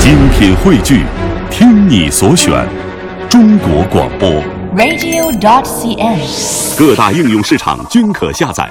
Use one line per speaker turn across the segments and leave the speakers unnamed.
精品汇聚，听你所选，中国广播。
radio.cn。
各大应用市场均可下载。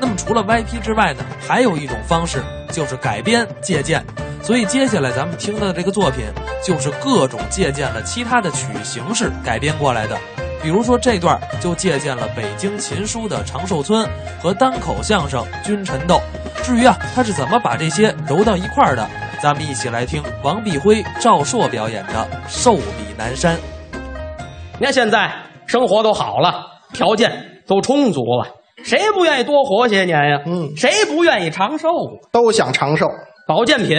那么除了 YP 之外呢，还有一种方式就是改编借鉴。所以接下来咱们听到的这个作品，就是各种借鉴了其他的曲形式改编过来的。比如说这段就借鉴了北京琴书的《长寿村》和单口相声《君臣斗》。至于啊，他是怎么把这些揉到一块儿的，咱们一起来听王碧辉、赵硕表演的《寿比南山》。
你看现在生活都好了，条件都充足了，谁不愿意多活些年呀？
嗯
谁不愿意长寿？啊
都想长寿，
保健品、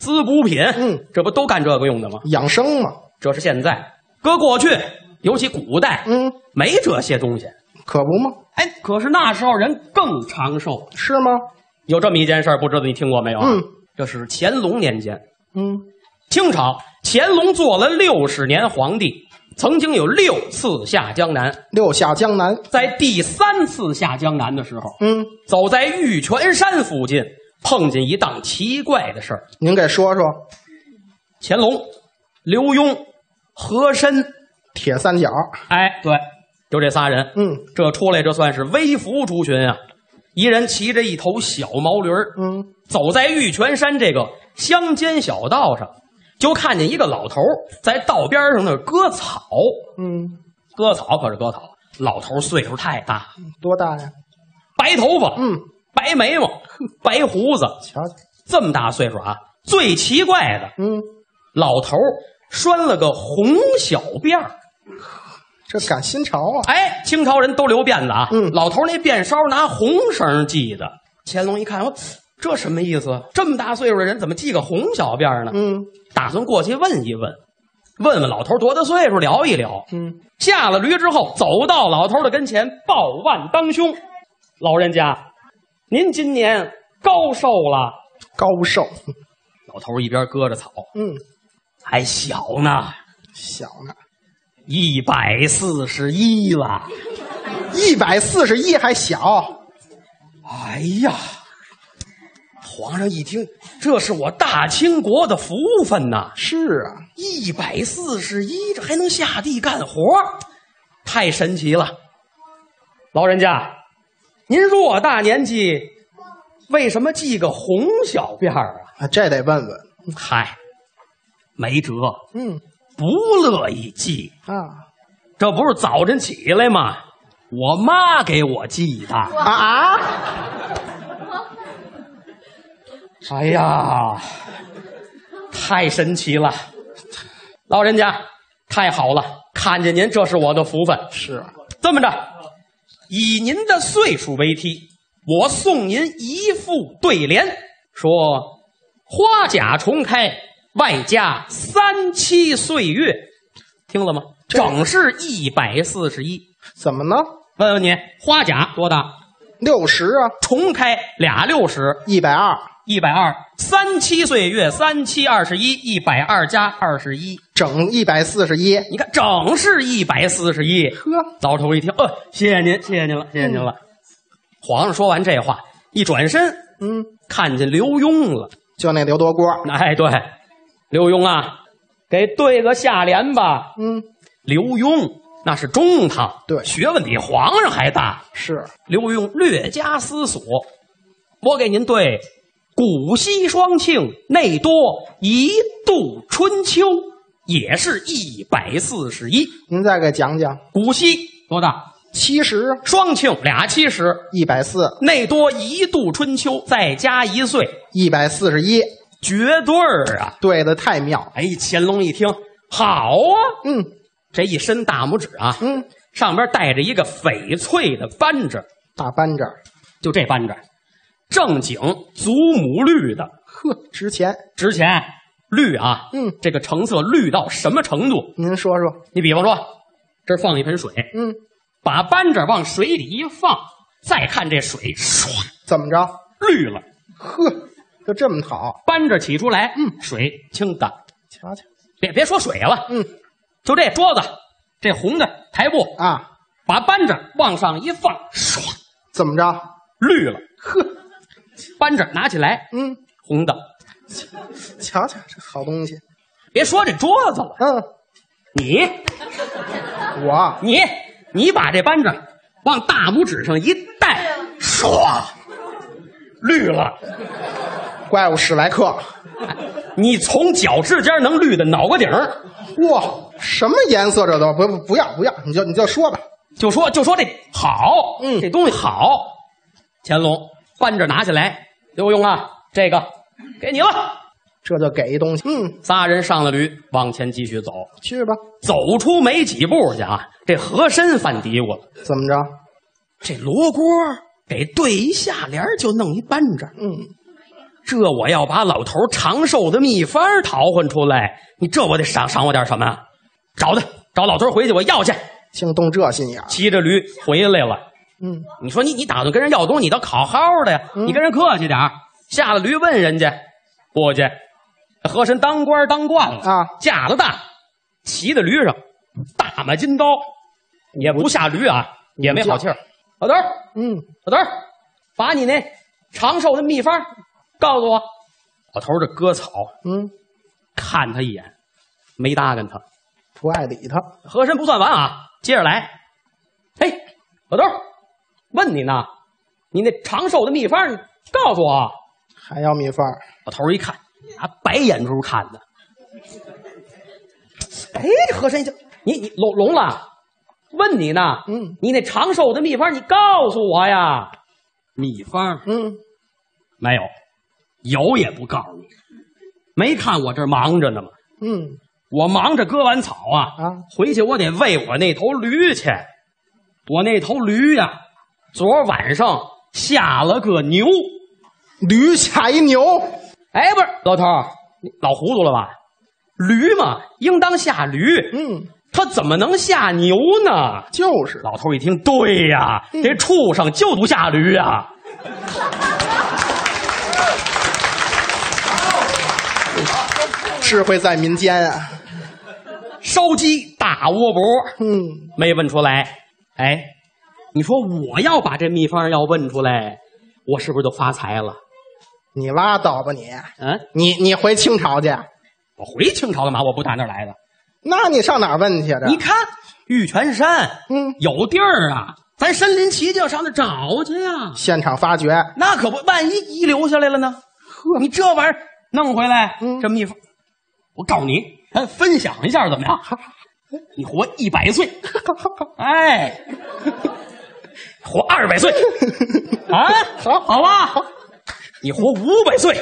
滋补品，
嗯，
这不都干这个用的吗？
养生嘛，
这是现在，搁过去，尤其古代，
嗯，
没这些东西。
可不嘛，
哎，可是那时候人更长寿。
是吗？
有这么一件事儿，不知道你听过没有啊？
嗯，
这是乾隆年间，
嗯，
清朝乾隆做了六十年皇帝，曾经有六次下江南。
六下江南，
在第三次下江南的时候，
嗯，
走在玉泉山附近，碰见一档奇怪的事儿。
您给说说
乾隆、刘墉、和珅，
铁三角，
哎，对，就这仨人。
嗯
这出来这算是微服出巡啊！一人骑着一头小毛驴儿，
嗯，
走在玉泉山这个乡间小道上，就看见一个老头儿在道边上那儿割草。
嗯，
割草可是割草，老头儿岁数太大，
多大呀？
白头发，
嗯，
白眉 毛，白胡子，
瞧瞧，
这么大岁数啊！最奇怪的，
嗯，
老头儿拴了个红小辫儿。
这赶新潮啊，
哎，清朝人都留辫子啊，
嗯
老头儿那辫梢拿红绳系的。乾隆一看，我这什么意思？这么大岁数的人怎么系个红小辫儿呢？
嗯
打算过去问一问，问问老头儿多大岁数，聊一聊。
嗯，
下了驴之后，走到老头儿的跟前，抱腕当胸：“老人家，您今年高寿了
高寿，？”
老头儿一边割着草，
嗯，
还小呢，
小呢，
一百四十一了。
一百四十一还小，
哎呀，皇上一听，这是我大清国的福分呐！
是啊，
一百四十一，这还能下地干活，太神奇了。老人家，您偌大年纪，为什么系个红小辫儿啊？
啊这得问问，
嗨，没辙，
嗯
不乐意系。
啊
这不是早晨起来吗？我妈给我系的。
啊啊，
哎呀，太神奇了，老人家太好了，看见您这是我的福分。
是啊，
这么着，以您的岁数为题，我送您一副对联，说花甲重开，外加三七岁月，听了吗？
这
整是一百四十一。
怎么呢？
问问你，花甲多大？
六十啊，
重开俩六十，
一百二，
一百二，三七岁月，三七二十一，一百二加二十一，
整一百四十一，
你看整是一百四十一。
呵，
老头一听，呃，谢谢您，谢谢您了，谢谢您了。皇上说完这话，一转身
嗯，
看见刘墉了，
就那刘多锅，
哎，对，刘墉啊，给对个下联吧。
嗯，
刘墉那是中堂，
对
学问比皇上还大。
是，
刘墉略加思索，我给您对“古稀双庆，内多一度春秋”，也是一百四十一。
您再给讲讲，
古稀多大？
七十啊
双庆俩七十，
一百四，
内多一度春秋，再加一岁，
一百四十一，
绝对儿啊！
对的太妙。
哎，乾隆一听，好啊，
嗯
这一伸大拇指啊，
嗯，
上边带着一个翡翠的扳指，
大扳指，
就这扳指，正经祖母绿的。
呵，值钱。
值钱，绿啊，
嗯
这个成色绿到什么程度？
您说说，
你比方说，这儿放一盆水，
嗯，
把扳指往水里一放，再看这水唰
怎么着？
绿了，
呵，就这么好，
扳指起出来，嗯，水清的，
瞧瞧，
别别说水了，
嗯
就这桌子，这红的台布，
啊，
把扳指往上一放，唰
怎么着？
绿了，
呵，
扳指拿起来，
嗯，
红的，
瞧瞧这好东西。
别说这桌子了，
嗯，
你
我
你你把这扳指往大拇指上一带，唰，绿了。
怪物史莱克。
你从脚趾尖能绿的脑瓜顶儿，
哇，什么颜色这都不不不要不要，你就你就说吧。
就说就说这好，
嗯
这东西好。乾隆扳指拿起来，刘墉啊，这个给你了。
这就给一东西。嗯，
仨人上了驴，往前继续走。
去吧。
走出没几步去啊，这和珅犯嘀咕了：
怎么着？
这罗锅得对一下联儿就弄一扳指，
嗯，
这我要把老头长寿的秘方儿讨混出来，你这我得赏赏我点什么啊？找他，找老头儿回去，我要去。
净动这心眼儿。
骑着驴回来了。
嗯，
你说你你打算跟人要东西，你倒好好的呀，
嗯
你跟人客气点儿下了驴问人家，过去，和珅当官当惯了
啊
架子大，骑在驴上，大马金刀，也不下驴啊，也没好气儿。老头儿，
嗯，
老头儿，把你那长寿的秘方告诉我。老头儿这割草
嗯，
看他一眼，没搭跟他。
不爱理他。
和珅不算完啊，接着来。哎，老头儿，问你呢，你那长寿的秘方，你告诉我啊。
还要米饭儿？
老头儿一看，拿白眼珠看的。哎，这和珅就你你聋聋了？问你呢，
嗯
你那长寿的秘方，你告诉我呀。秘方
嗯，
没有，有也不告诉你。没看我这儿忙着呢吗？
嗯，
我忙着割完草啊，
啊
回去我得喂我那头驴去。我那头驴呀、昨晚上下了个牛。
驴下一牛，
哎，不是，老头儿，你老糊涂了吧？驴嘛，应当下驴，
嗯，
它怎么能下牛呢？
就是
老头儿一听，对呀、
嗯
这畜生就不下驴啊！
智慧在民间啊。
烧鸡大窝脖，
嗯，
没问出来。哎，你说我要把这秘方要问出来，我是不是就发财了？
你拉倒吧你，
嗯，
你你回清朝去，
我回清朝干嘛？我不打那儿来的。
那你上哪儿问去这？
你看玉泉山，
啊嗯
有地儿啊，咱身临其境上那找去呀、
现场发掘，
那可不，万一遗留下来了呢？你这玩意儿弄回来，
嗯
这秘方，我告诉你，咱分享一下怎么样？你活一百岁，哎，活二百岁，啊，
好
好吧，你活五百岁。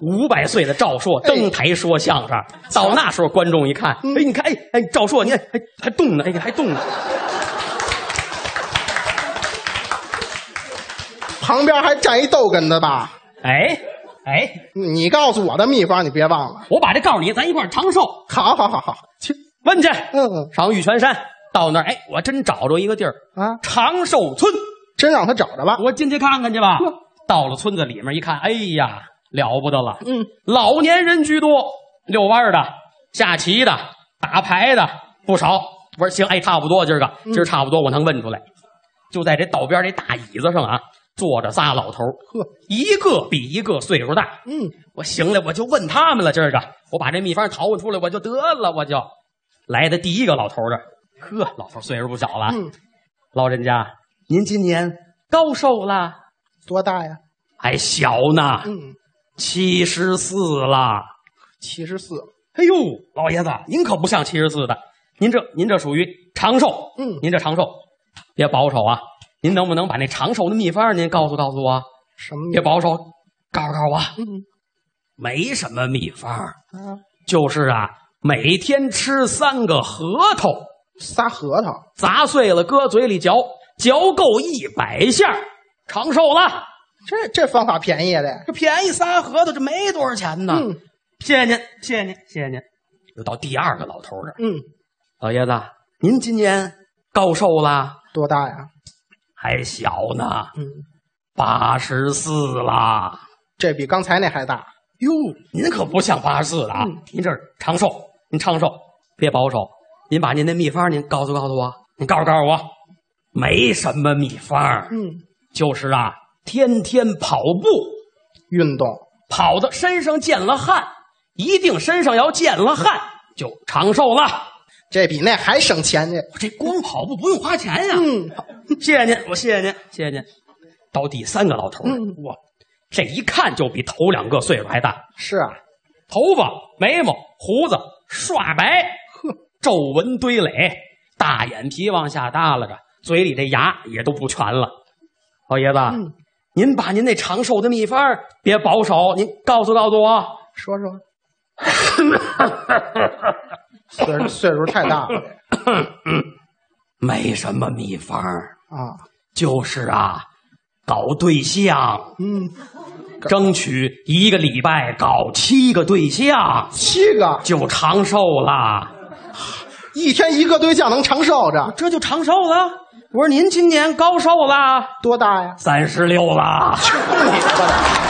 五百岁的赵硕
哎
登台说相声，到那时候观众一看，
嗯
哎，你看，哎哎，赵硕，你看，哎，还动呢，哎，还动呢，
旁边还站一豆根子吧？
哎，哎，
你告诉我的秘方，你别忘了。
我把这告诉你，咱一块儿长寿，
好好好好，去，
问去。
嗯
上玉泉山，到那儿，哎，我真找着一个地儿，
啊，
长寿村，
真让他找着了。
我进去看看去吧。到了村子里面一看，哎呀，了不得了，
嗯，
老年人居多，遛弯儿的、下棋的、打牌的不少。我说行，哎，差不多，今儿个
嗯
今儿差不多，我能问出来。就在这道边这大椅子上啊，坐着仨老头儿，
呵，
一个比一个岁数大。
嗯，
我行了，我就问他们了，今儿个我把这秘方讨论出来，我就得了，我就来的第一个老头儿这儿，呵，老头儿岁数不小了，
嗯，
老人家，您今年高寿啦？
多大呀？
还小呢，
嗯，
七十四了。
七十四。
哎呦，老爷子，您可不像七十四的，您这您这属于长寿，
嗯
您这长寿，别保守啊，您能不能把那长寿的秘方您告诉告诉我？
什么
别
也
保守，告诉告诉我，
嗯
没什么秘方，
啊，
就是啊，每天吃三个核桃，
仨核桃，
砸碎了搁嘴里嚼，嚼够一百下，长寿了。
这这方法便宜啊得。
这便宜仨核桃，这没多少钱呢。
嗯
谢谢您，谢谢您，谢谢您。又到第二个老头儿这儿，
嗯，
老爷子，您今年高寿啦？
多大呀？
还小呢，
嗯，
八十四啦。
这比刚才那还大。
哟，您可不像八十四的啊，
嗯
您这儿长寿，您长寿，别保守，您把您的秘方您告诉告诉我，您告诉告诉我，没什么秘方，
嗯，
就是啊，天天跑步，
运动
跑的身上见了汗，一定身上要见了汗就长寿了。
这比那还省钱呢。
我这光跑步不用花钱呀、
嗯，
谢谢您，我谢谢您，谢谢您。到第三个老头儿了，
嗯
哇，这一看就比头两个岁数还大，
是啊，
头发、眉毛、胡子刷白，呵，皱纹堆垒，大眼皮往下耷拉着，嘴里这牙也都不全了。老爷子，
嗯
您把您那长寿的秘方儿别保守，您告诉告诉我。
说说，岁岁数太大了
没什么秘方儿，
啊。
就是啊，搞对象，
嗯，
争取一个礼拜搞七个对象
七个，
就长寿了，
一天一个对象能长寿着，
这就长寿了。我说您今年高寿了？
多大呀？
三十六了。
你说的